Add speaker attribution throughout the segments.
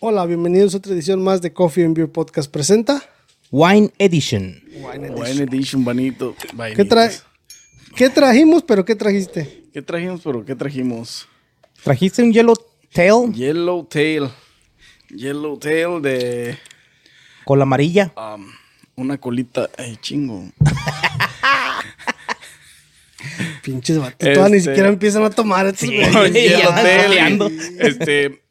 Speaker 1: Hola, bienvenidos a otra edición más de Coffee and Beer Podcast presenta.
Speaker 2: Wine Edition.
Speaker 3: Wine Edition, vanito.
Speaker 1: ¿Qué, tra- ¿Qué trajimos, pero qué trajiste?
Speaker 3: ¿Qué trajimos, pero qué trajimos?
Speaker 2: ¿Trajiste un Yellow Tail
Speaker 3: Yellow Tail. Yellow Tail de
Speaker 2: con la amarilla?
Speaker 3: am, una colita. Ay, chingo.
Speaker 1: Pinches vatos, todavía ni
Speaker 3: Este-
Speaker 1: siquiera empiezan a tomar. estos güeyes.
Speaker 3: Un Yellow
Speaker 2: andas
Speaker 3: Tail.
Speaker 2: goteando.
Speaker 3: Este.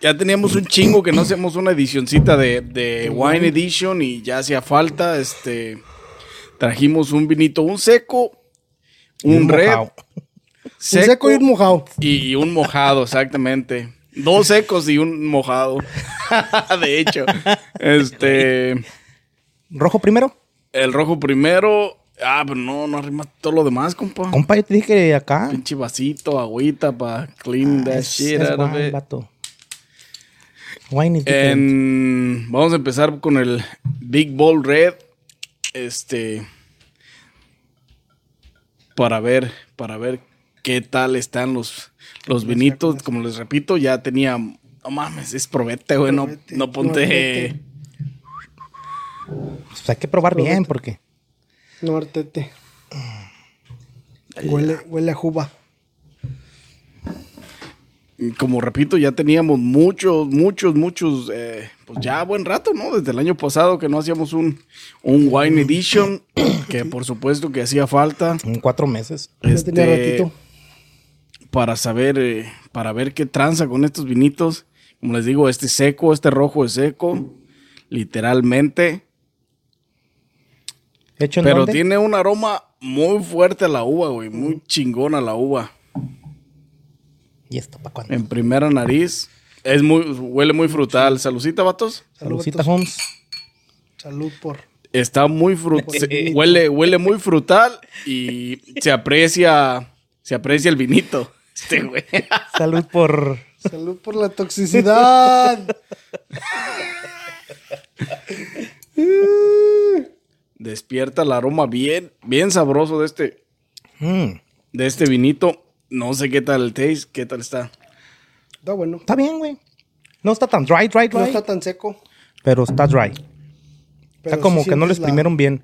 Speaker 3: Ya teníamos un chingo que no hacíamos una edicioncita de, de Wine Edition y ya hacía falta. Este. Trajimos un vinito, un seco, un, red,
Speaker 2: mojado.
Speaker 1: Un seco y un mojado.
Speaker 3: Y un mojado, exactamente. Dos secos y un mojado. De hecho, este.
Speaker 2: ¿Rojo primero?
Speaker 3: El rojo primero. Ah, pero no, no arrima todo lo demás, compa.
Speaker 2: Compa, yo te dije que acá.
Speaker 3: Pinche vasito, agüita para clean that
Speaker 2: Es-
Speaker 3: shit
Speaker 2: Ah, es
Speaker 3: ah, out of
Speaker 2: wine,
Speaker 3: it.
Speaker 2: vato. Wine is different.
Speaker 3: En- vamos a empezar con el Big Ball Red. Este. Para ver, para ver qué tal están los, los vinitos. Como les repito, ya tenía. No mames, es probete, güey. No,
Speaker 1: Probete,
Speaker 3: no ponte.
Speaker 1: probete.
Speaker 2: Pues hay que probar bien porque
Speaker 1: No, artete. Huele, huele a juba.
Speaker 3: Como repito, ya teníamos muchos, muchos, muchos. eh, pues ya buen rato, ¿no? Desde el año pasado que no hacíamos un, un Wine Edition. Que por supuesto que hacía falta.
Speaker 2: en cuatro meses.
Speaker 1: Ya
Speaker 3: Este,
Speaker 1: tenía ratito.
Speaker 3: para saber, eh, para ver qué tranza con estos vinitos. Como les digo, este es seco, este rojo es seco, literalmente.
Speaker 2: ¿Hecho en
Speaker 3: Pero
Speaker 2: dónde?
Speaker 3: tiene un aroma muy fuerte a la uva, güey, muy chingona la uva.
Speaker 2: ¿Y esto para cuándo?
Speaker 3: En primera nariz, es muy, huele muy frutal. Salucita, vatos.
Speaker 1: Salud,
Speaker 2: Salucita,
Speaker 1: vatos.
Speaker 2: Holmes.
Speaker 1: Salud por.
Speaker 3: Está muy frutal, huele, huele muy frutal y se aprecia, se aprecia el vinito. Este güey.
Speaker 2: Salud por.
Speaker 1: Salud por la toxicidad.
Speaker 3: Despierta el aroma bien, bien sabroso de este,
Speaker 2: Mm,
Speaker 3: de este vinito. No sé qué tal el taste, qué tal está.
Speaker 1: Está bueno.
Speaker 2: Está bien, güey. No está tan dry, dry, dry.
Speaker 1: No está tan seco.
Speaker 2: Pero está dry.
Speaker 1: pero
Speaker 2: está como
Speaker 1: sí
Speaker 2: que no lo
Speaker 1: sientes la-
Speaker 2: exprimieron bien.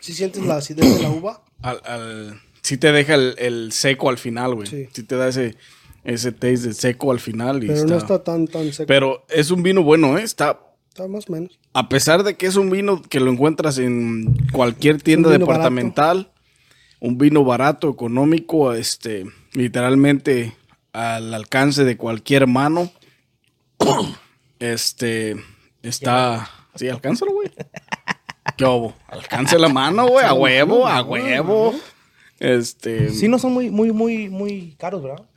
Speaker 1: Si sientes la acidez de la uva,
Speaker 3: Al, al- sí te deja el, el seco al final, güey.
Speaker 1: Sí.
Speaker 3: Sí. te da ese, ese taste de seco al final. Y
Speaker 1: pero
Speaker 3: está,
Speaker 1: no está tan, tan seco.
Speaker 3: Pero es un vino bueno, ¿eh? Está...
Speaker 1: Está más o menos.
Speaker 3: A pesar de que es un vino que lo encuentras en cualquier tienda
Speaker 1: un vino
Speaker 3: departamental, un vino barato, económico, este, literalmente al alcance de cualquier mano. Este, está... Sí, alcánzalo, güey. ¿Qué hubo? Alcance la mano, güey, a huevo, a huevo. Este,
Speaker 2: Sí, no son muy, muy, muy, muy caros, ¿verdad?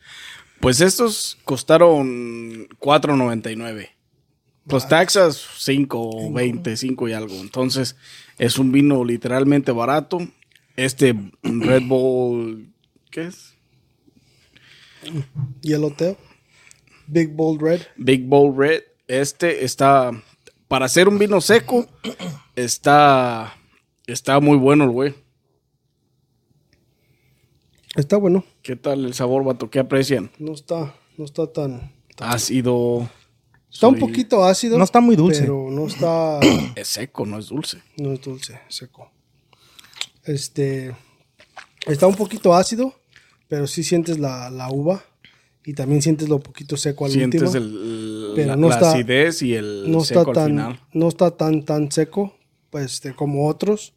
Speaker 3: pues estos costaron 4.99. Los taxas 5.20, 5 y algo. Entonces, es un vino literalmente barato. Este Red Bull, ¿qué es?
Speaker 1: Yellowtail. Big Bold Red.
Speaker 3: Big Bowl Red. Este está para ser un vino seco está está muy bueno, el güey.
Speaker 1: Está bueno.
Speaker 3: ¿Qué tal el sabor, vato? ¿Qué aprecian?
Speaker 1: No está, no está tan.
Speaker 3: Ácido,
Speaker 1: Está un
Speaker 3: Soy-
Speaker 1: poquito ácido.
Speaker 2: No está muy dulce.
Speaker 1: Pero no está.
Speaker 3: es seco, no es dulce.
Speaker 1: No es dulce, seco. Este. Está un poquito ácido, pero sí sientes la, la uva. Y también sientes lo poquito seco al
Speaker 3: Sientes
Speaker 1: último.
Speaker 3: el,
Speaker 1: pero
Speaker 3: la,
Speaker 1: no
Speaker 3: la
Speaker 1: está-
Speaker 3: acidez y el
Speaker 1: no
Speaker 3: seco
Speaker 1: está
Speaker 3: al
Speaker 1: tan,
Speaker 3: final.
Speaker 1: no está tan, tan seco, pues, este, como otros,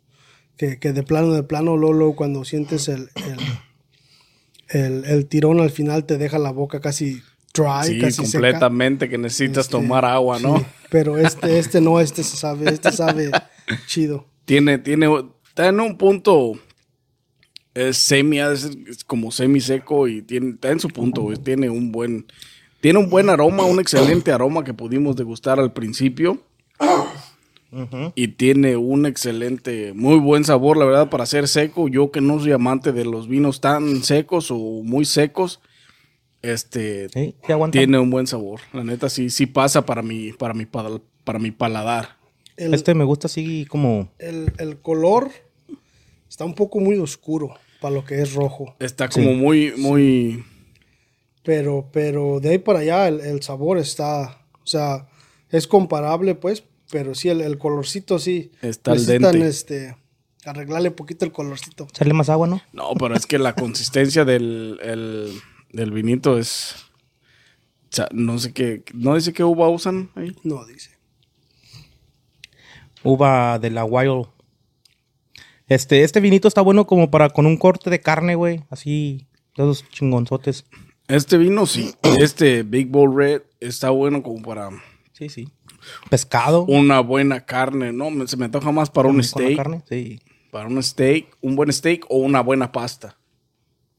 Speaker 1: que, que de plano, de plano, Lolo, cuando sientes el, el, el- el tirón al final te deja la boca casi dry, casi
Speaker 3: sí,
Speaker 1: seca. Este,
Speaker 3: completamente, que necesitas tomar agua, ¿no?
Speaker 1: Sí, pero este, este no, este se sabe, este sabe chido.
Speaker 3: Tiene, tiene, está en un punto es semi, ha de ser- es como semi seco y tiene, está en su punto, güey. Tiene un buen, Tiene un buen aroma, un excelente aroma que pudimos degustar al principio. Y tiene un excelente, muy buen sabor, la verdad, para ser seco. Yo que no soy amante de los vinos tan secos o muy secos, este
Speaker 2: Sí, sí aguanta.
Speaker 3: tiene un buen sabor. La neta sí, sí pasa para mi, para mi, padal- para mi paladar.
Speaker 1: El,
Speaker 2: Este me gusta así como.
Speaker 1: el- el color está un poco muy oscuro para lo que es rojo.
Speaker 3: Está como muy, muy,
Speaker 1: Pero, pero de ahí para allá el, el sabor está, o sea, es comparable pues, pero sí, el, el colorcito sí.
Speaker 3: Está al
Speaker 1: Necesitan,
Speaker 3: dente.
Speaker 1: este, arreglarle poquito el colorcito.
Speaker 2: Echarle más agua, ¿no?
Speaker 3: No, pero es que la consistencia del, el- del vinito es. o sea, no sé qué. ¿No dice qué uva usan ahí?
Speaker 1: No, dice.
Speaker 2: Uva de la Wild. Este, este vinito está bueno como para con un corte de carne, güey. Así, de esos chingonzotes.
Speaker 3: Este vino, sí. Este Big Bowl Red está bueno como para
Speaker 2: Sí, sí. Pescado.
Speaker 3: una buena carne. No, me- se me antoja más para
Speaker 2: con
Speaker 3: un
Speaker 2: la
Speaker 3: steak.
Speaker 2: carne, sí.
Speaker 3: Para un steak, un buen steak o una buena pasta.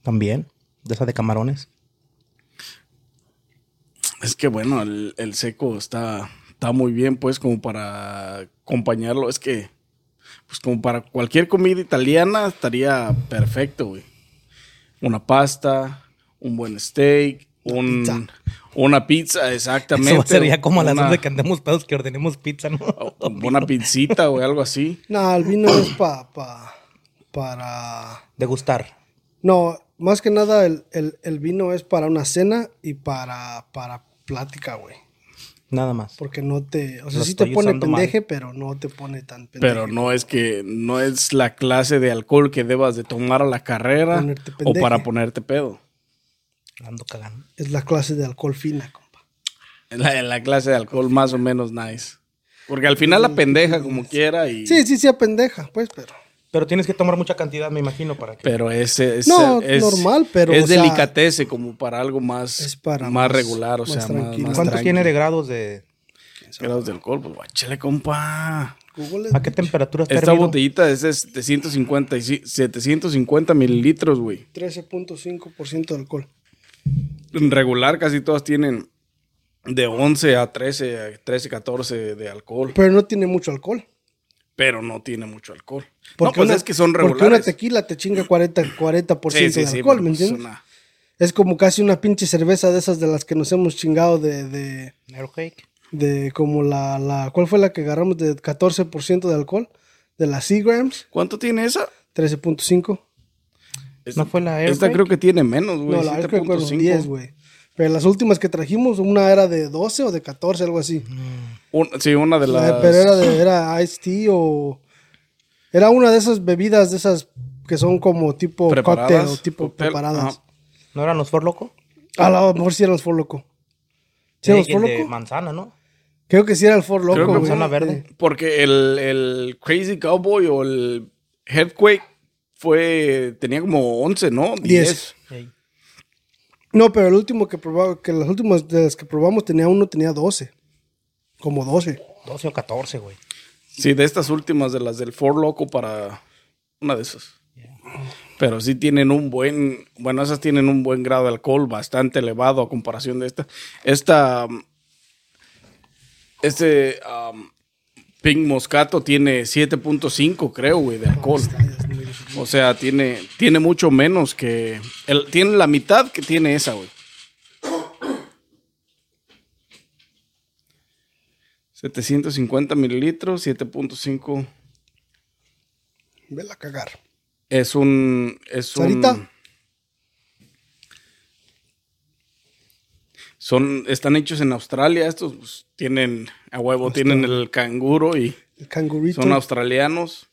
Speaker 2: También. De esa de camarones.
Speaker 3: Es que bueno, el, el seco está, está muy bien, pues, como para acompañarlo. Es que, pues, como para cualquier comida italiana estaría perfecto, güey. Una pasta, un buen steak, un-
Speaker 1: pizza.
Speaker 3: una pizza, exactamente.
Speaker 2: Eso sería como a las
Speaker 3: Una- Oh.
Speaker 2: dos de que andemos pedos que ordenemos pizza, ¿no?
Speaker 3: Una pizzita o algo así.
Speaker 1: No, el vino es pa, pa, para...
Speaker 2: De gustar.
Speaker 1: No, más que nada el, el- el vino es para una cena y para, para plática, güey.
Speaker 2: Nada más.
Speaker 1: Porque no te... O sea,
Speaker 2: Lo
Speaker 1: sí te
Speaker 2: estoy
Speaker 1: pone
Speaker 2: usando mal.
Speaker 1: pendeje, pero no te pone tan pendeje.
Speaker 3: Pero no es que no es la clase de alcohol que debas de tomar a la carrera
Speaker 1: Ponerte
Speaker 3: o para
Speaker 1: pendeje.
Speaker 3: ponerte pedo.
Speaker 2: Ando cagando.
Speaker 1: Es la clase de alcohol fina, compa.
Speaker 3: La, la clase de alcohol más o menos nice. Porque al final la pendeja como quiera y...
Speaker 1: Sí, sí, sí, a pendeja, pues, pero...
Speaker 2: Pero tienes que tomar mucha cantidad, me imagino, para que.
Speaker 3: Pero ese es...
Speaker 1: No,
Speaker 3: es-
Speaker 1: normal, pero,
Speaker 3: Es
Speaker 1: o sea,
Speaker 3: delicatese como para algo más,
Speaker 1: es para
Speaker 3: más,
Speaker 1: más-
Speaker 3: regular, o
Speaker 1: más
Speaker 3: sea, más-
Speaker 1: tranquilo.
Speaker 3: más
Speaker 2: ¿Cuántos
Speaker 3: tranqui.
Speaker 2: tiene de grados de.?
Speaker 3: grados de alcohol? Pues guáchale, compa.
Speaker 1: Google
Speaker 2: ¿A qué temperatura está
Speaker 3: Esta
Speaker 2: hervido?
Speaker 3: botellita es de 750, y si- 750 mililitros, güey.
Speaker 1: 13.5% de alcohol.
Speaker 3: En regular casi todas tienen de 11 a 13, a 13, 14 de alcohol.
Speaker 1: Pero no tiene mucho alcohol.
Speaker 3: Pero no tiene mucho alcohol. No,
Speaker 1: Porque
Speaker 3: pues
Speaker 1: una-
Speaker 3: es que son
Speaker 1: Porque una
Speaker 3: regulares.
Speaker 1: tequila te chinga 40, 40
Speaker 3: Sí, sí,
Speaker 1: de
Speaker 3: sí,
Speaker 1: alcohol,
Speaker 3: pero
Speaker 1: ¿me
Speaker 3: pues
Speaker 1: entiendes?
Speaker 3: una-
Speaker 1: Es como casi una pinche cerveza de esas de las que nos hemos chingado de, de,
Speaker 2: Narrow Cake.
Speaker 1: de como la, la, ¿cuál fue la que agarramos de 14% de alcohol? De las Seagrams,
Speaker 3: ¿Cuánto tiene esa?
Speaker 1: 13.5.
Speaker 3: Es-
Speaker 2: ¿No fue la Air
Speaker 3: Esta
Speaker 2: Break?
Speaker 3: creo que tiene menos, güey.
Speaker 1: No, la alcohol fueron
Speaker 3: 7.5.
Speaker 1: 10, güey. Pero las últimas que trajimos, una era de 12 o de 14, algo así.
Speaker 3: Un- sí, una de las.
Speaker 1: Eh, Pero era de, era Ice Tea o... Era una de esas bebidas de esas que son como tipo
Speaker 3: Preparadas,
Speaker 1: cóctel o tipo
Speaker 3: cóctel,
Speaker 1: preparadas.
Speaker 3: ajá.
Speaker 2: ¿No eran los For Loco?
Speaker 1: A lo mejor sí eran los For Loco. ¿Sí eran los
Speaker 2: y el
Speaker 1: For
Speaker 2: de
Speaker 1: Loco?
Speaker 2: manzana, ¿no?
Speaker 1: Creo que sí era el For Loco,
Speaker 3: Creo que
Speaker 1: güey.
Speaker 2: manzana verde.
Speaker 1: Eh,
Speaker 3: Porque el, el Crazy Cowboy o el Headquake fue. tenía como 11, ¿no? 10.
Speaker 2: Ey.
Speaker 1: No, pero el último que probaba, que las últimas de las que probamos tenía uno, tenía 12. Como 12.
Speaker 2: 12 o 14, güey.
Speaker 3: Sí, de estas últimas, de las del Ford Loco para. una de esas. Pero sí tienen un buen. Bueno, esas tienen un buen grado de alcohol bastante elevado a comparación de esta. Esta. um, Este. um, Pink Moscato tiene 7.5, creo, güey, de alcohol. O sea, tiene, tiene mucho menos que. el- tiene la mitad que tiene esa, güey. ¿750 mililitros? 7.5.
Speaker 1: Vela cagar. Pues
Speaker 3: Es un. Es un-
Speaker 1: Sarita.
Speaker 3: Son, están hechos en Australia, estos pues, tienen, a huevo, tienen el canguro y
Speaker 1: El cangurito.
Speaker 3: son australianos.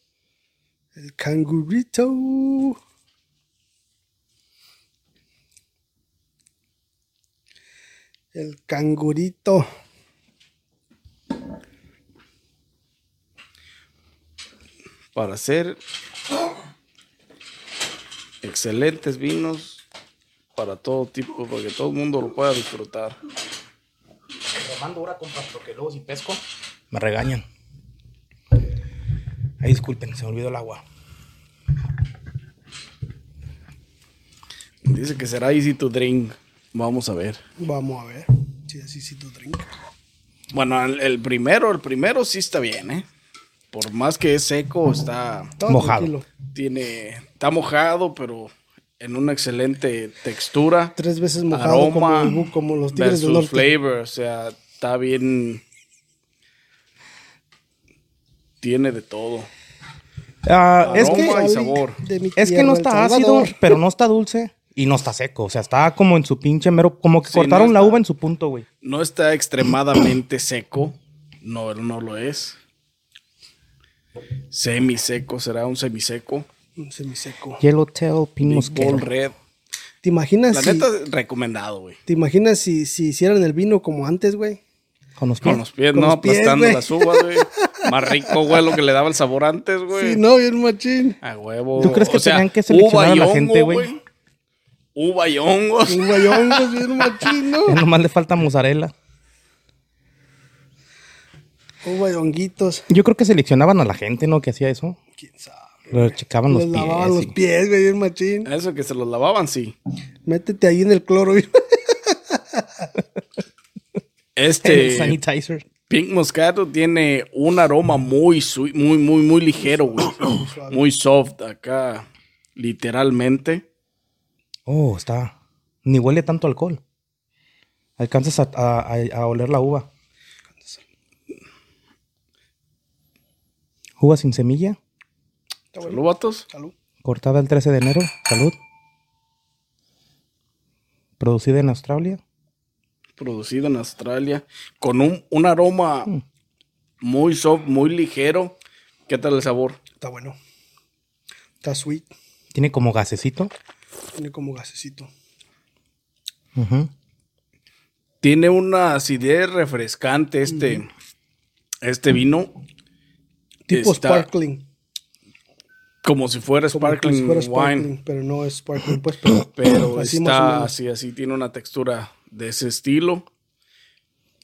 Speaker 1: El cangurito. El cangurito.
Speaker 3: para hacer excelentes vinos para todo tipo, para que todo el mundo lo pueda disfrutar.
Speaker 2: Te mando ahora, compas, porque luego si pesco. Me regañan. Ay, disculpen, se me olvidó el agua.
Speaker 3: Dice que será easy to drink. Vamos a ver.
Speaker 1: Vamos a ver. Sí, así sí tú drinkas.
Speaker 3: Bueno, el, el primero, el primero sí está bien, ¿eh? Por más que es seco, está,
Speaker 1: Todo
Speaker 2: Mojado.
Speaker 1: tranquilo.
Speaker 3: tiene, está mojado, pero en una excelente textura.
Speaker 1: Tres veces mojado como, el bu- como los tigres del
Speaker 3: versus
Speaker 1: norte.
Speaker 3: flavor, o sea, está bien. Tiene de todo.
Speaker 2: Ah, es
Speaker 3: Aroma
Speaker 2: que,
Speaker 3: y sabor.
Speaker 1: De mi
Speaker 2: es que
Speaker 1: tierra,
Speaker 2: no
Speaker 1: El
Speaker 2: está ácido,
Speaker 1: Salvador.
Speaker 2: pero no está dulce y no está seco. O sea, está como en su pinche mero. Como que
Speaker 3: Sí, no
Speaker 2: cortaron la
Speaker 3: está-
Speaker 2: uva en su punto, güey.
Speaker 3: No está extremadamente seco. No, no lo es. Semiseco, será un semiseco.
Speaker 1: Un Semiseco.
Speaker 2: Yellowtail, pin
Speaker 3: Ball
Speaker 2: mosquero.
Speaker 3: red.
Speaker 1: ¿Te imaginas,
Speaker 3: La
Speaker 1: si,
Speaker 3: neta, recomendado, güey.
Speaker 1: ¿Te imaginas si, si hicieran el vino como antes, güey?
Speaker 2: Con los pies.
Speaker 3: Con los pies,
Speaker 1: Con
Speaker 3: ¿no?
Speaker 1: los pies,
Speaker 3: Aplastando
Speaker 1: güey.
Speaker 3: las uvas, güey. Más rico, güey, lo que le daba el sabor antes, güey.
Speaker 1: Sí, no, bien machín.
Speaker 3: A huevo.
Speaker 2: ¿Tú crees que tenían que seleccionar
Speaker 3: uva y
Speaker 2: a la gente,
Speaker 3: hongo,
Speaker 2: güey?
Speaker 3: Uva y hongos.
Speaker 1: Un guayongo, bien machín, ¿no?
Speaker 2: Ya Nomás le falta mozzarella.
Speaker 1: Un guayonguitos.
Speaker 2: Yo creo que seleccionaban a la gente, ¿no? Que hacía eso.
Speaker 1: ¿Quién sabe?
Speaker 2: Lo checaban los
Speaker 1: Les
Speaker 2: pies.
Speaker 1: lavaban los
Speaker 2: y-
Speaker 1: pies, güey, bien machín.
Speaker 3: Eso que se los lavaban, sí.
Speaker 1: Métete ahí en el cloro, bien.
Speaker 2: el
Speaker 3: Este
Speaker 2: sanitizer.
Speaker 3: Pink Moscato tiene un aroma muy, sui- muy, muy, muy ligero, güey. muy soft acá, literalmente.
Speaker 2: Oh, está. Ni huele tanto alcohol. Alcanzas a, a- a- a oler la uva. Uva sin semilla,
Speaker 3: Salud, vatos.
Speaker 1: Salud.
Speaker 2: cortada el 13 de enero. Salud. Producida en Australia.
Speaker 3: Producido en Australia. Con un, un aroma muy soft, muy ligero. ¿Qué tal el sabor?
Speaker 1: Está bueno. Está sweet.
Speaker 2: Tiene como gasecito.
Speaker 1: Tiene como gasecito.
Speaker 2: Ujú.
Speaker 3: Tiene una acidez refrescante este, este vino.
Speaker 1: Tipo
Speaker 3: Está
Speaker 1: sparkling.
Speaker 3: Como si fuera
Speaker 1: Como
Speaker 3: sparkling,
Speaker 1: si fuera sparkling,
Speaker 3: wine.
Speaker 1: Pero no es sparkling, pues. Pero,
Speaker 3: Pero
Speaker 1: así más o
Speaker 3: está
Speaker 1: menos.
Speaker 3: así, así tiene una textura de ese estilo.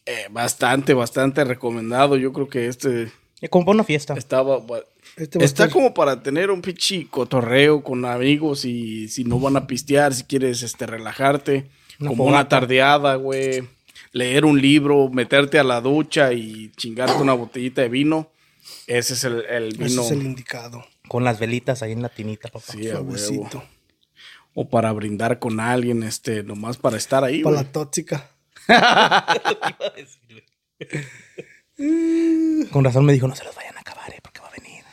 Speaker 3: Eh, bastante, bastante recomendado. Yo creo que este
Speaker 2: Y Eh, Como para una fiesta.
Speaker 3: estaba.
Speaker 1: Este va a
Speaker 3: está
Speaker 1: estar-
Speaker 3: como para tener un pichi cotorreo con amigos y si no van a pistear, si quieres este relajarte,
Speaker 2: Una
Speaker 3: como una
Speaker 2: fogata.
Speaker 3: tardeada, güey, leer un libro, meterte a la ducha y chingarte una botellita de vino. Ese es el, el
Speaker 1: Ese
Speaker 3: vino.
Speaker 1: es el indicado.
Speaker 2: Con las velitas ahí en la tinita, papá.
Speaker 3: Sí, a huevo.
Speaker 1: Suavecito.
Speaker 3: O para brindar con alguien, este, nomás para estar ahí,
Speaker 1: Para
Speaker 3: güey.
Speaker 1: la tóxica.
Speaker 2: Con razón me dijo, no se los vayan a acabar, eh, porque va a venir.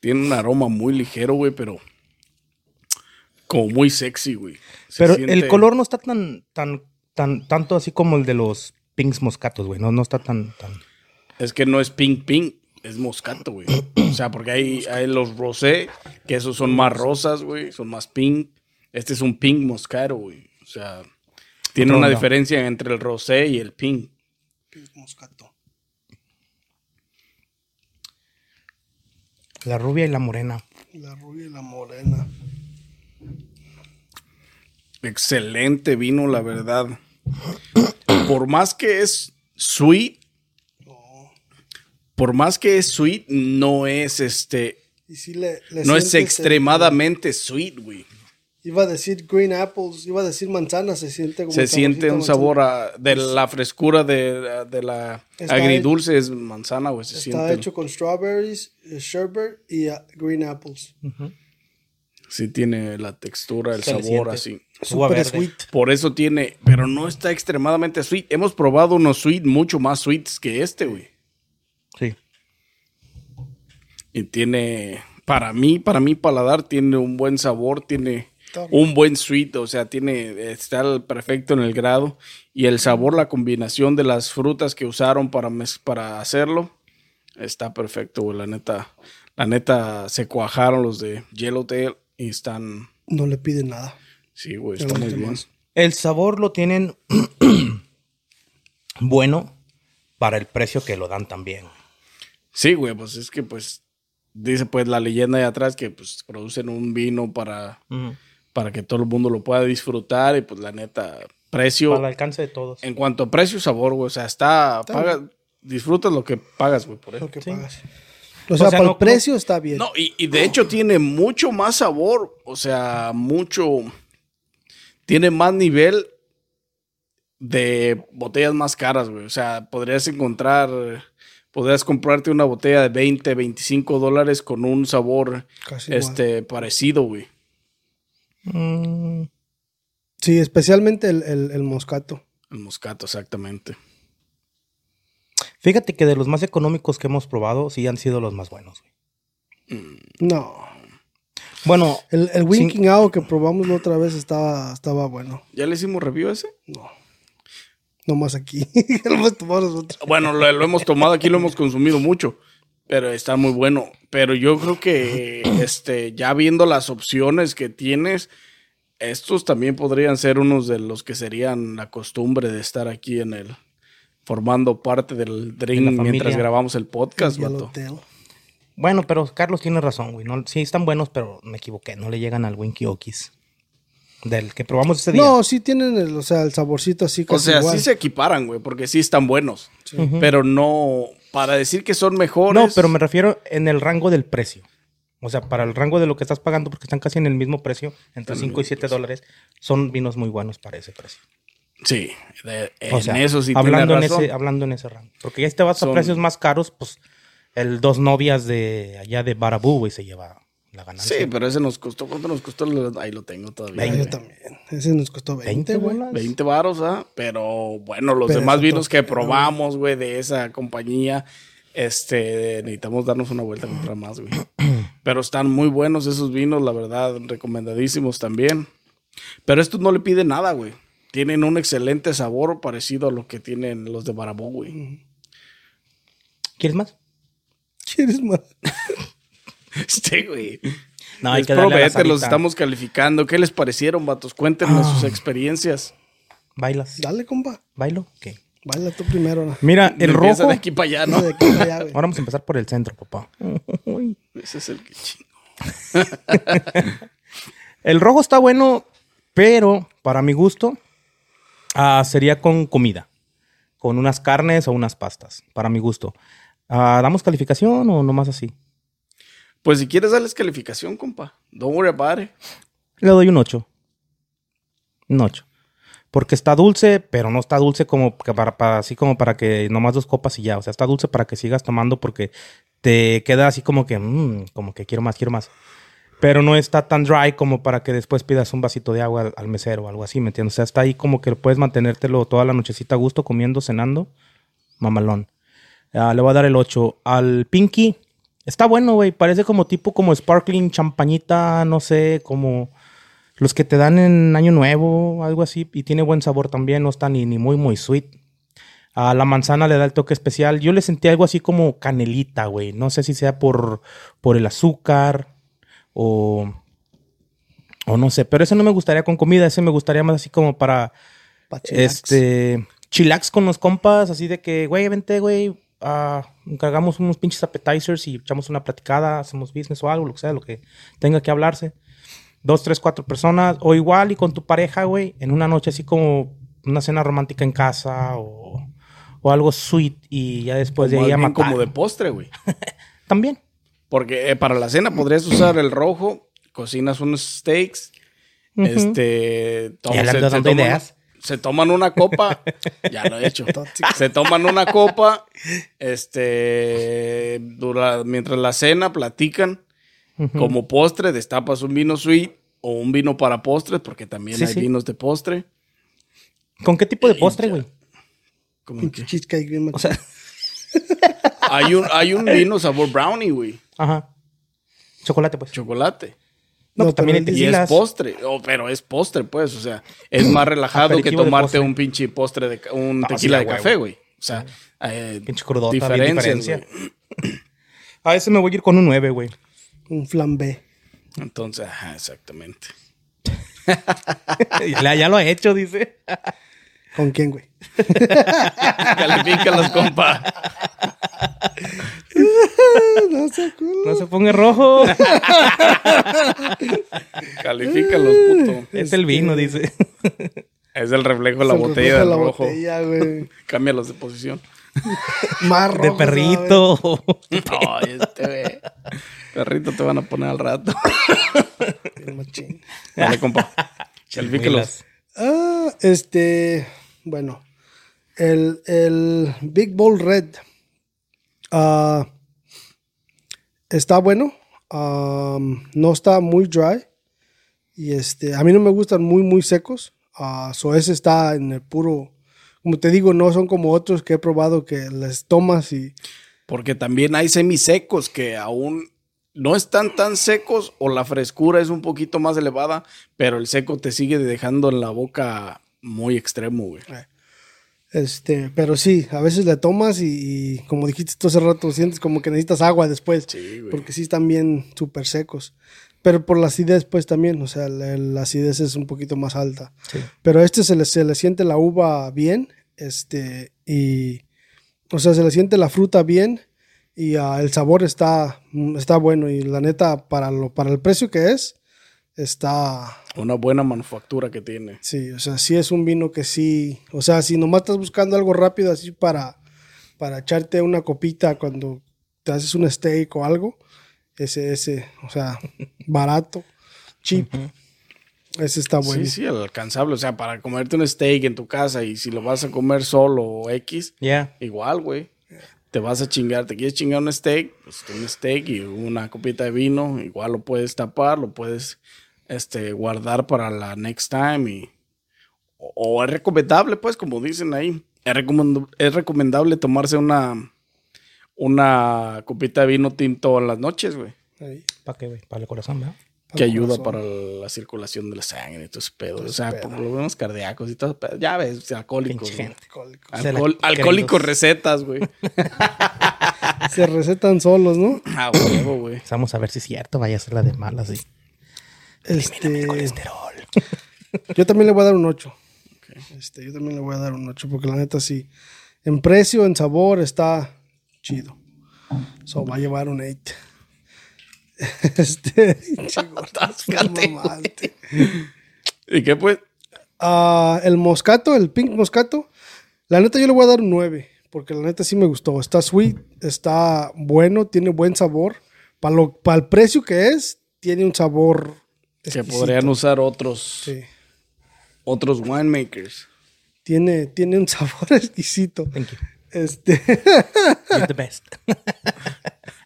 Speaker 3: Tiene un aroma muy ligero, güey, pero como muy sexy, güey. Se
Speaker 2: Pero
Speaker 3: siente-
Speaker 2: el color no está tan, tan, tan, tanto así como el de los pinks moscatos, güey. No, no está tan, tan.
Speaker 3: Es que no es pink pink, es moscato, güey. O sea, porque hay, hay los rosé, que esos son más rosas, güey, son más pink. Este es un pink moscato, güey. O sea, tiene
Speaker 2: Otra
Speaker 3: una
Speaker 2: onda.
Speaker 3: diferencia entre el rosé y el pink.
Speaker 1: Pink moscato.
Speaker 2: La rubia y la morena.
Speaker 1: La rubia y la morena.
Speaker 3: Excelente vino, la verdad. Por más que es sweet, por más que es sweet, no es este,
Speaker 1: Y sí le, le
Speaker 3: no es
Speaker 1: sientes el-
Speaker 3: extremadamente sweet, güey.
Speaker 1: iba a decir green apples, iba a decir manzana, se siente como
Speaker 3: Se siente
Speaker 1: saborcito
Speaker 3: un
Speaker 1: manzana.
Speaker 3: sabor a- de la frescura de, de la
Speaker 1: Está
Speaker 3: agridulce, es manzana, güey. Se
Speaker 1: Está
Speaker 3: siente.
Speaker 1: hecho con strawberries, eh, sherbet y ah, green apples.
Speaker 3: Sí, tiene la textura, el
Speaker 2: Se le
Speaker 3: sabor
Speaker 2: siente.
Speaker 3: así.
Speaker 2: Uva
Speaker 1: Super
Speaker 2: verde.
Speaker 1: sweet.
Speaker 3: Por eso tiene, pero no está extremadamente sweet. Hemos probado unos sweet mucho más sweets que este, güey.
Speaker 2: Sí.
Speaker 3: Y tiene, para mí, para mi paladar, tiene un buen sabor, tiene
Speaker 1: Está bien.
Speaker 3: un buen sweet, o sea, tiene, está al perfecto en el grado. Y el sabor, la combinación de las frutas que usaron para, mez- para hacerlo, está perfecto, güey. La neta, la neta, se cuajaron los de Yellowtail y están,
Speaker 1: No le piden nada.
Speaker 3: sí, güey,
Speaker 1: Ya
Speaker 3: está
Speaker 1: los
Speaker 3: muy bien.
Speaker 1: demás.
Speaker 2: El sabor lo tienen bueno para el precio que lo dan también.
Speaker 3: Sí, güey, pues es que, pues, dice pues la leyenda de atrás que, pues, producen un vino para, para que todo el mundo lo pueda disfrutar y, pues, la neta, precio...
Speaker 2: Para el alcance de todos.
Speaker 3: En cuanto a precio y sabor, güey, o sea, está, paga, disfrutas lo que pagas, güey, por él.
Speaker 1: Lo que pagas. O sea,
Speaker 2: O sea,
Speaker 1: por
Speaker 2: no-
Speaker 1: el precio está bien.
Speaker 3: No, y, y de hecho tiene mucho más sabor, o sea, mucho, tiene más nivel de botellas más caras, güey. O sea, podrías encontrar, podrías comprarte una botella de 20, 25 dólares con un sabor
Speaker 1: Casi igual.
Speaker 3: este parecido, güey.
Speaker 2: Mm,
Speaker 1: Sí, especialmente el, el- el moscato.
Speaker 3: El moscato, exactamente.
Speaker 2: Fíjate que de los más económicos que hemos probado, sí han sido los más buenos, güey.
Speaker 1: No.
Speaker 2: Bueno,
Speaker 1: El, el Winking Out que probamos la otra vez estaba, estaba bueno.
Speaker 3: ¿Ya le hicimos review a ese?
Speaker 1: No. Nomás aquí. Lo hemos tomado nosotros.
Speaker 3: Bueno, lo, lo hemos tomado aquí, lo hemos consumido mucho, pero está muy bueno. Pero yo creo que este, ya viendo las opciones que tienes, estos también podrían ser unos de los que serían la costumbre de estar aquí en el formando parte del
Speaker 2: De la
Speaker 3: drink
Speaker 2: familia.
Speaker 3: mientras grabamos el podcast,
Speaker 1: Y al
Speaker 3: vato.
Speaker 1: hotel.
Speaker 2: bueno, pero Carlos tiene razón, güey. No, sí están buenos, pero me equivoqué. No le llegan al Winky Okis. Del que probamos este día.
Speaker 1: No, sí tienen el, o sea, el saborcito así
Speaker 3: O
Speaker 1: casi
Speaker 3: sea,
Speaker 1: igual.
Speaker 3: sí se equiparan, güey, porque sí están buenos. Pero no, para decir que son mejores.
Speaker 2: No, pero me refiero en el rango del precio. O sea, para el rango de lo que estás pagando, porque están casi en el mismo precio, entre 5 y 7 dólares, son vinos muy buenos para ese precio.
Speaker 3: Sí, de- en
Speaker 2: O sea,
Speaker 3: eso sí
Speaker 2: hablando,
Speaker 3: tiene
Speaker 2: en
Speaker 3: razón.
Speaker 2: ese, hablando en ese rango. Porque ya si te vas a
Speaker 3: Son-
Speaker 2: precios más caros, pues el dos novias de allá de Barabú, güey, se lleva la ganancia.
Speaker 3: Sí, pero ese nos costó. ¿Cuánto nos costó? Ahí lo tengo todavía.
Speaker 1: Ah, yo
Speaker 2: Veinte.
Speaker 1: también. Ese nos costó 20,
Speaker 2: 20
Speaker 1: güey.
Speaker 2: bolas.
Speaker 3: 20 varos, ¿ah? Pero bueno, los
Speaker 1: Pero
Speaker 3: demás
Speaker 1: eso
Speaker 3: vinos que
Speaker 1: todavía no.
Speaker 3: probamos, güey, de esa compañía, este, necesitamos darnos una vuelta a comprar más, güey. Pero están muy buenos esos vinos, la verdad, recomendadísimos también. Pero estos no le piden nada, güey. Tienen un excelente sabor parecido a lo que tienen los de Barabó, güey.
Speaker 2: ¿Quieres más?
Speaker 1: ¿Quieres más?
Speaker 3: Este, güey.
Speaker 2: No, hay
Speaker 3: Les
Speaker 2: que darle a la
Speaker 3: probé, te los
Speaker 2: salita. Ah.
Speaker 3: estamos calificando. ¿Qué les parecieron, vatos? Cuéntenme sus experiencias.
Speaker 2: ¿Bailas?
Speaker 1: Dale, compa.
Speaker 2: ¿Bailo? Ok.
Speaker 1: Baila tú primero. ¿no?
Speaker 2: Mira, el
Speaker 3: Empieza
Speaker 2: rojo...
Speaker 3: de aquí para allá, ¿no?
Speaker 1: No, de aquí para allá, güey.
Speaker 2: Ahora vamos a empezar por el centro, papá.
Speaker 3: Ese es el que chingo.
Speaker 2: El rojo está bueno, pero para mi gusto ah, sería con comida, con unas carnes o unas pastas, para mi gusto. Ah, ¿Damos calificación o nomás así?
Speaker 3: Pues si quieres darles calificación, compa. Don't worry about it.
Speaker 2: Le doy un 8. Un 8. Porque está dulce, pero no está dulce como que para, para- así como para que nomás dos copas y ya. O sea, está dulce para que sigas tomando porque te queda así como que, mm, como que quiero más, quiero más. Pero no está tan dry como para que después pidas un vasito de agua al, al mesero o algo así, ¿me entiendes? O sea, está ahí como que puedes mantenértelo toda la nochecita a gusto, comiendo, cenando. Mamalón. Ah, le voy a dar el 8 al Pinky. Está bueno, güey. Parece como tipo como sparkling champañita, no sé, como los que te dan en Año Nuevo, algo así. Y tiene buen sabor también, no está ni, ni muy, muy sweet. A la manzana le da el toque especial. Yo le sentí algo así como canelita, güey. No sé si sea por, por el azúcar o, o no sé. Pero ese no me gustaría con comida. Ese me gustaría más así como para
Speaker 1: Pachilax.
Speaker 2: este chillax con los compas, así de que, güey, vente, güey, ah, encargamos unos pinches appetizers y echamos una platicada, hacemos business o algo, lo que sea, lo que tenga que hablarse. Dos, tres, cuatro personas, o igual y con tu pareja, güey, en una noche así como una cena romántica en casa o, o algo sweet y Pues ya después
Speaker 3: Más
Speaker 2: de ahí a
Speaker 3: bien
Speaker 2: matar.
Speaker 3: como de postre, güey.
Speaker 2: También.
Speaker 3: Porque eh, para la cena podrías usar el rojo, cocinas unos steaks,
Speaker 2: Ujú.
Speaker 3: este... tom-
Speaker 2: Ya le
Speaker 3: se-
Speaker 2: ando
Speaker 3: se
Speaker 2: dando
Speaker 3: toman-
Speaker 2: ideas.
Speaker 3: Se toman una copa, ya lo he hecho.
Speaker 1: Tóxico.
Speaker 3: Se toman una copa, este, dura, mientras la cena platican, como postre destapas un vino sweet o un vino para postres, porque también
Speaker 2: Sí,
Speaker 3: hay
Speaker 2: sí.
Speaker 3: vinos de postre.
Speaker 2: ¿Con qué tipo de postre, güey?
Speaker 3: Como
Speaker 1: Pinche
Speaker 3: que-
Speaker 1: cheesecake bien
Speaker 2: O sea,
Speaker 3: hay, un, hay un vino sabor brownie, güey,
Speaker 2: ajá. Chocolate, pues.
Speaker 3: chocolate.
Speaker 1: No,
Speaker 2: no, pues también hay
Speaker 1: pero él
Speaker 3: Y
Speaker 2: tequilas.
Speaker 3: es postre, oh, pero es postre, pues, o sea, es más relajado que
Speaker 2: Aperitivo de
Speaker 3: tomarte
Speaker 2: postre.
Speaker 3: un pinche postre de ca- un
Speaker 2: No, sí,
Speaker 3: tequila
Speaker 2: a
Speaker 3: de
Speaker 2: huevo.
Speaker 3: café, güey. O sea, eh,
Speaker 2: Pinche crudota, bien
Speaker 3: diferencias,
Speaker 2: diferencia.
Speaker 3: güey.
Speaker 2: A ese me voy a ir con un 9, güey.
Speaker 1: un flambé.
Speaker 3: Entonces, ajá, exactamente.
Speaker 2: ya, ya lo ha hecho, dice.
Speaker 1: ¿Con quién, güey?
Speaker 3: Califícalos, compa.
Speaker 1: No sé, culo.
Speaker 2: No se ponga rojo.
Speaker 3: Califícalos, puto.
Speaker 2: es el vino, dice.
Speaker 3: Es el reflejo de la
Speaker 1: Se
Speaker 3: botella
Speaker 1: refleja
Speaker 3: del
Speaker 1: la
Speaker 3: rojo.
Speaker 1: botella, güey.
Speaker 3: Cámbialos de posición.
Speaker 1: Más
Speaker 2: De
Speaker 1: rojo, ¿sabes?
Speaker 2: perrito.
Speaker 3: Ay, este, güey. Perrito te van a poner al rato.
Speaker 1: Bien machín.
Speaker 3: Dale, compa. Califícalos.
Speaker 1: Ah, este. Bueno, el, el Big Bowl Red ah, está bueno. am, no está muy dry. Y este, a mí no me gustan muy, muy secos. Ah, so ese está en el puro. Como te digo, no son como otros que he probado que les tomas y.
Speaker 3: Porque también hay semisecos que aún no están tan secos o la frescura es un poquito más elevada, pero el seco te sigue dejando en la boca muy extremo, güey.
Speaker 1: Este, pero sí, a veces le tomas y, y como dijiste tú hace rato, sientes como que necesitas agua después.
Speaker 3: Sí, güey.
Speaker 1: Porque sí están bien súper secos. Pero por la acidez, pues también, o sea, la, la acidez es un poquito más alta. Pero este se le, se le siente la uva bien, este, y, o sea, se le siente la fruta bien y ah, el sabor está, mm, está bueno. Y la neta, para, lo, para el precio que es, está,
Speaker 3: Una buena manufactura que tiene.
Speaker 1: Sí, o sea, sí es un vino que sí, o sea, si nomás estás buscando algo rápido así para, para echarte una copita cuando te haces un steak o algo, ese, ese, o sea, barato, cheap, ese está bueno.
Speaker 3: Sí, sí, alcanzable. O sea, para comerte un steak en tu casa y si lo vas a comer solo o X,
Speaker 2: Yeah.
Speaker 3: igual, güey. Te vas a chingar, te quieres chingar un steak, pues un steak y una copita de vino, igual lo puedes tapar, lo puedes este, guardar para la next time y... O, o es recomendable, pues, como dicen ahí, es, recomend- es recomendable tomarse una, una copita de vino tinto en las noches, güey.
Speaker 1: Ahí.
Speaker 2: ¿Para qué, güey? Para el corazón, ¿verdad?
Speaker 3: Que
Speaker 1: Al
Speaker 3: ayuda
Speaker 1: corazón.
Speaker 3: para la circulación de la sangre y tus pedos. O sea, por lo menos cardíacos y todo. pedo. Ya ves, alcohólicos.
Speaker 2: Pinche
Speaker 3: güey.
Speaker 2: gente.
Speaker 1: Alcohólico.
Speaker 2: Se la
Speaker 3: Alcohol-
Speaker 2: creen
Speaker 3: alcohólicos
Speaker 2: dos.
Speaker 3: recetas, güey.
Speaker 1: Se recetan solos, ¿no?
Speaker 3: Ah, huevo, güey.
Speaker 2: Vamos a ver si es cierto. Vaya a ser la de malas, sí.
Speaker 1: Este,
Speaker 2: Colesterol.
Speaker 1: yo también le voy a dar un 8. Este, yo también le voy a dar un 8 porque la neta sí, en precio, en sabor, está chido. So, va a llevar un 8. Este, chico,
Speaker 3: Atáscate, güey.
Speaker 1: mamaste.
Speaker 3: ¿Y qué, pues?
Speaker 1: Ah, el moscato, el pink moscato. La neta yo le voy a dar un 9, porque la neta sí me gustó. Está sweet, está bueno, tiene buen sabor. Para lo para el precio que es, tiene un sabor
Speaker 3: Que
Speaker 1: exquisito.
Speaker 3: podrían usar otros,
Speaker 1: Sí.
Speaker 3: otros winemakers.
Speaker 1: Tiene tiene un sabor exquisito.
Speaker 2: Thank you.
Speaker 1: Este,
Speaker 2: You're the best.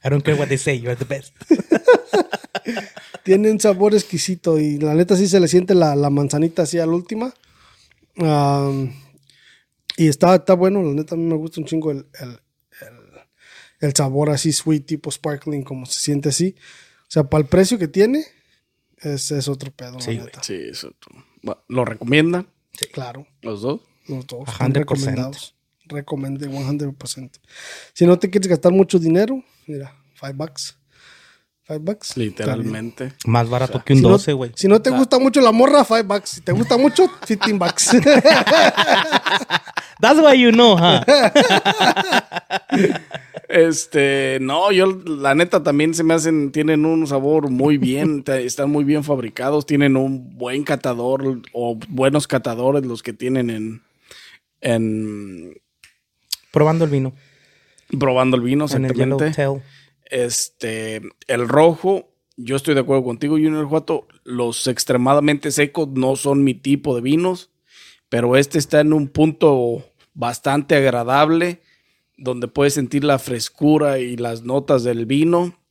Speaker 2: I don't care what they say. You're the best.
Speaker 1: tiene un sabor exquisito y la neta sí se le siente la, la manzanita así a la última. Ah, y está, está bueno, la neta a mí me gusta un chingo el, el- el- el sabor así sweet, tipo sparkling, como se siente así. O sea, para el precio que tiene, es, es otro pedo,
Speaker 2: Sí,
Speaker 1: la neta.
Speaker 3: Sí, eso. tú. Va- ¿Lo recomiendan
Speaker 1: Claro,
Speaker 3: los dos?
Speaker 1: los dos están
Speaker 2: 100%.
Speaker 1: recomendados. Recomendé 100%. Si no te quieres gastar mucho dinero, mira, 5 bucks. 5 bucks. está bien.
Speaker 3: Literalmente.
Speaker 2: Más barato que un
Speaker 1: Si no-
Speaker 2: 12, güey.
Speaker 1: Si no te gusta mucho la morra, 5 bucks. Si te gusta mucho, 15 bucks.
Speaker 2: That's why you know, huh?
Speaker 3: Este, no, yo la neta también se me hacen, tienen un sabor muy bien, te- están muy bien fabricados, tienen un buen catador o buenos catadores los que tienen en, en
Speaker 2: Probando el vino.
Speaker 3: probando el vino,
Speaker 2: En el Yellow
Speaker 3: exactamente.
Speaker 2: Tail.
Speaker 3: Este, el rojo, yo estoy de acuerdo contigo, Junior Juato, los extremadamente secos no son mi tipo de vinos, pero este está en un punto bastante agradable donde puedes sentir la frescura y las notas del vino.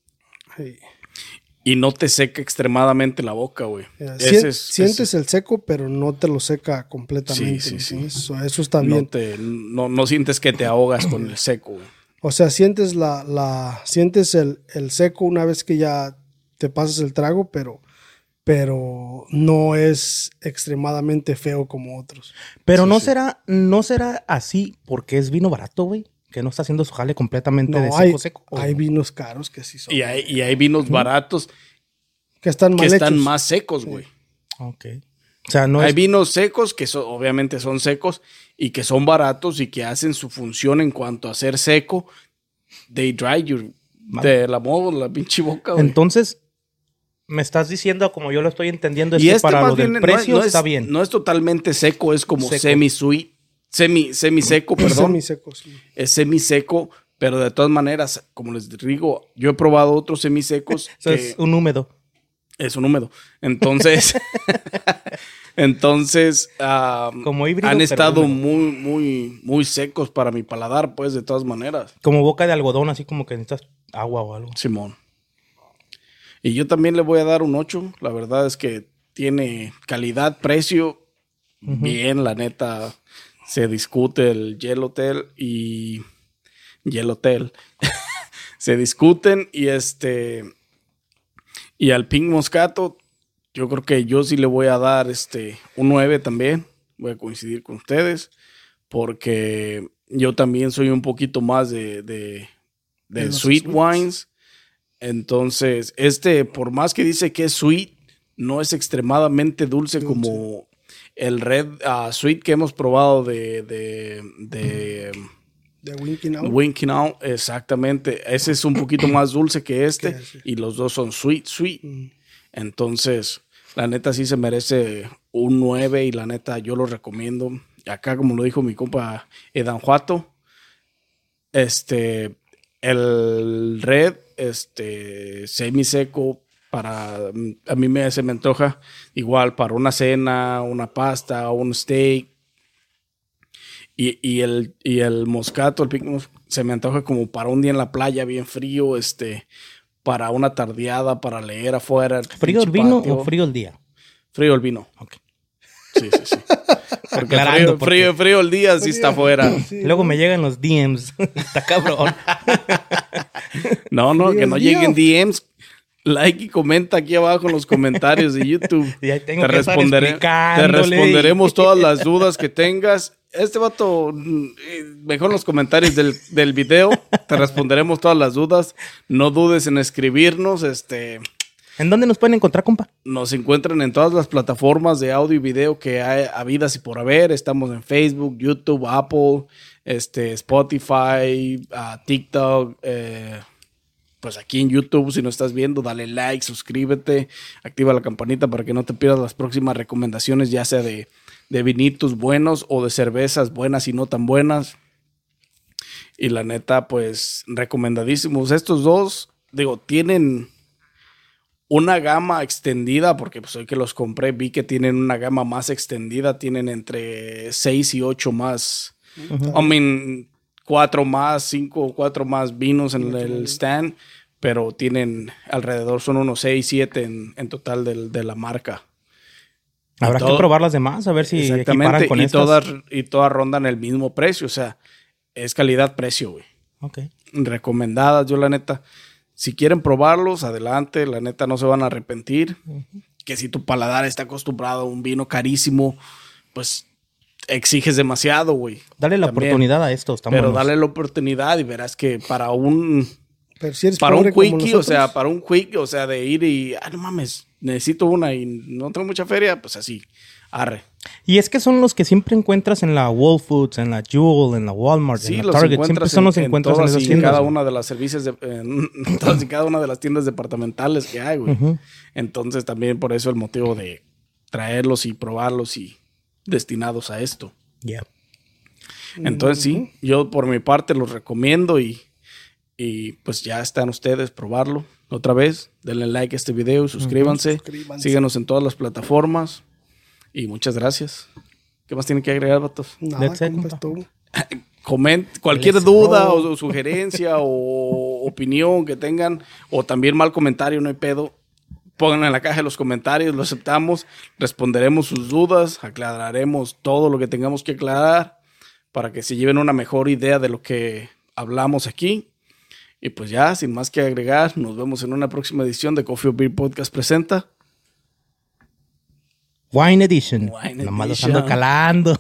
Speaker 1: Sí.
Speaker 3: y no te seca extremadamente la boca, güey.
Speaker 1: Mira,
Speaker 3: Ese
Speaker 1: sien-
Speaker 3: es-
Speaker 1: sientes
Speaker 3: ese es-
Speaker 1: el seco, pero no te lo seca completamente.
Speaker 3: Sí, sí,
Speaker 1: ¿me
Speaker 3: sí.
Speaker 1: entiendes? Eso, eso está
Speaker 3: no,
Speaker 1: bien.
Speaker 3: te, no, no sientes que te ahogas con el seco, güey.
Speaker 1: O sea, sientes la, la sientes el, el seco una vez que ya te pasas el trago, pero pero no es extremadamente feo como otros.
Speaker 2: Pero
Speaker 3: Sí,
Speaker 2: no
Speaker 3: sí.
Speaker 2: será, no será así porque es vino barato, güey. Que no está haciendo su jale completamente
Speaker 1: No,
Speaker 2: de seco,
Speaker 1: hay,
Speaker 2: seco. ¿o
Speaker 1: hay
Speaker 2: no?
Speaker 1: vinos caros que sí son.
Speaker 3: Y hay, y hay vinos baratos
Speaker 1: que están mal
Speaker 3: que están
Speaker 1: hechos.
Speaker 3: más secos, güey.
Speaker 2: Ok. O sea, no
Speaker 3: hay
Speaker 2: es
Speaker 3: vinos secos que son- obviamente son secos y que son baratos y que hacen su función en cuanto a ser seco. They dry your... Te la muevo la pinche boca, güey.
Speaker 2: Entonces, me estás diciendo, como yo lo estoy entendiendo, es
Speaker 3: y
Speaker 2: que
Speaker 3: este
Speaker 2: para
Speaker 3: más
Speaker 2: lo del
Speaker 3: bien no es-
Speaker 2: precio
Speaker 3: no es-
Speaker 2: está bien.
Speaker 3: No es totalmente seco, es como
Speaker 2: Seco.
Speaker 3: semi-sweet. Semi, semi-seco, perdón.
Speaker 1: Semisecos.
Speaker 3: es semiseco, pero de todas maneras, como les digo, yo he probado otros semisecos
Speaker 2: O sea,
Speaker 3: que
Speaker 2: es un húmedo.
Speaker 3: es un húmedo. Entonces, Entonces, ah,
Speaker 2: Como híbrido,
Speaker 3: han
Speaker 2: pero
Speaker 3: estado
Speaker 2: húmedo.
Speaker 3: muy, muy, muy secos para mi paladar, pues, de todas maneras.
Speaker 2: Como boca de algodón, así como que necesitas agua o algo.
Speaker 3: Simón. Y yo también le voy a dar un 8. La verdad es que tiene calidad, precio. Bien, la neta. Se discute el Yellowtail y. Yellowtail. se discuten y este. Y al Pink Moscato, yo creo que yo sí le voy a dar este un 9 también. Voy a coincidir con ustedes. Porque yo también soy un poquito más de, de, de
Speaker 1: De los
Speaker 3: sweet
Speaker 1: sweets.
Speaker 3: wines. Entonces, este, por más que dice que es sweet, no es extremadamente dulce, como el red ah, sweet que hemos probado de, de, de
Speaker 1: De Winking Out.
Speaker 3: Winking Out. Exactamente. Ese es un poquito más dulce que este.
Speaker 1: Que ese. Mm.
Speaker 3: Y los dos son sweet, sweet. Entonces, la neta sí se merece un 9 y la neta yo lo recomiendo. Y Acá, como lo dijo mi compa Edan Juato, este, el red, este, semiseco, para, a mí me, se me antoja igual para una cena, una pasta, un steak. Y, y el, y el moscato, el pico, se me antoja como para un día en la playa, bien frío, este, para una tardeada, para leer afuera. el
Speaker 2: ¿Frío el
Speaker 3: pinche
Speaker 2: vino
Speaker 3: patio.
Speaker 2: o frío el día?
Speaker 3: Frío el vino.
Speaker 2: Ok.
Speaker 3: Sí, sí, sí. Porque
Speaker 2: Aclarando,
Speaker 3: frío,
Speaker 2: porque-
Speaker 3: frío, frío el día sí está afuera.
Speaker 2: Luego me llegan los DMs. Está cabrón.
Speaker 3: No, no,
Speaker 1: Frío
Speaker 3: que
Speaker 1: el
Speaker 3: no
Speaker 1: día.
Speaker 3: lleguen DMs. Like y comenta aquí abajo en los comentarios de YouTube.
Speaker 2: Y ahí tengo que estar
Speaker 3: te
Speaker 2: explicándole.
Speaker 3: responderemos todas las dudas que tengas. Este vato, mm, eh, mejor en los comentarios del, del video, te responderemos todas las dudas. No dudes en escribirnos. Este,
Speaker 2: ¿En dónde nos pueden encontrar, compa?
Speaker 3: Nos encuentran en todas las plataformas de audio y video que hay habidas y por haber. Estamos en Facebook, YouTube, Apple, este, Spotify, ah, TikTok. eh, pues aquí en YouTube, si no estás viendo, dale like, suscríbete, activa la campanita para que no te pierdas las próximas recomendaciones, ya sea de, de vinitos buenos o de cervezas buenas y no tan buenas. Y la neta, pues recomendadísimos. Estos dos, digo, tienen una gama extendida, porque pues hoy que los compré vi que tienen una gama más extendida, tienen entre 6 y 8 más, I mean, 4 más, 5 o 4 más vinos en el stand, pero tienen alrededor, son unos 6, 7 en, en total del- de la marca.
Speaker 2: Habrá
Speaker 3: todo-
Speaker 2: que probar las demás, a ver si equiparan
Speaker 3: Exactamente,
Speaker 2: con
Speaker 3: y
Speaker 2: estas.
Speaker 3: todas, y todas rondan el mismo precio, o sea, es calidad-precio, güey
Speaker 2: Ok.
Speaker 3: recomendadas. Yo, la neta, si quieren probarlos, adelante. La neta, no se van a arrepentir. Que si tu paladar está acostumbrado a un vino carísimo, pues exiges demasiado, güey.
Speaker 2: Dale la
Speaker 3: También.
Speaker 2: oportunidad a esto. Está
Speaker 3: Pero
Speaker 2: buenos.
Speaker 3: dale la oportunidad y verás que para un
Speaker 1: Pero si eres
Speaker 3: para un
Speaker 1: pobre como
Speaker 3: quickie, o
Speaker 1: nosotros,
Speaker 3: sea, para un quickie, o sea, de ir y, ah, no mames, necesito una y no tengo mucha feria, pues así, arre.
Speaker 2: Y es que son los que siempre encuentras en la Whole Foods, en la Jewel, en la Walmart,
Speaker 3: Sí,
Speaker 2: en la
Speaker 3: los
Speaker 2: Target. Siempre
Speaker 3: encuentras
Speaker 2: son
Speaker 3: en-
Speaker 2: los que
Speaker 3: en
Speaker 2: encuentras en,
Speaker 3: todas
Speaker 2: esas
Speaker 3: y
Speaker 2: tiendas.
Speaker 3: cada
Speaker 2: güey.
Speaker 3: una de las servicios de- en, en todas y cada una de las tiendas departamentales que hay, güey. Entonces también por eso el motivo de traerlos y probarlos y destinados a esto.
Speaker 2: Yeah.
Speaker 3: Entonces sí, yo por mi parte los recomiendo y, y pues ya están ustedes probarlo otra vez. Denle like a este video, suscríbanse,
Speaker 1: Suscríbanse.
Speaker 3: síganos en todas las plataformas y muchas gracias. ¿Qué más tienen que agregar, vatos?
Speaker 1: nada,
Speaker 2: That's it,
Speaker 1: compa, es
Speaker 2: compa.
Speaker 1: todo.
Speaker 3: Coment, cualquier
Speaker 2: Les-
Speaker 3: duda
Speaker 2: no.
Speaker 3: o, o sugerencia o opinión que tengan o también mal comentario, no hay pedo. Pónganlo en la caja de los comentarios, lo aceptamos, responderemos sus dudas, aclararemos todo lo que tengamos que aclarar para que se lleven una mejor idea de lo que hablamos aquí. Y pues ya, sin más que agregar, nos vemos en una próxima edición de Coffee or Beer Podcast presenta.
Speaker 2: Wine Edition.
Speaker 3: Wine
Speaker 2: Nomás los
Speaker 3: Edition.
Speaker 2: ando calando.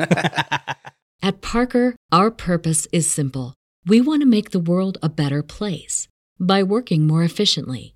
Speaker 4: At Parker, our purpose is simple. We want to make the world a better place by working more efficiently,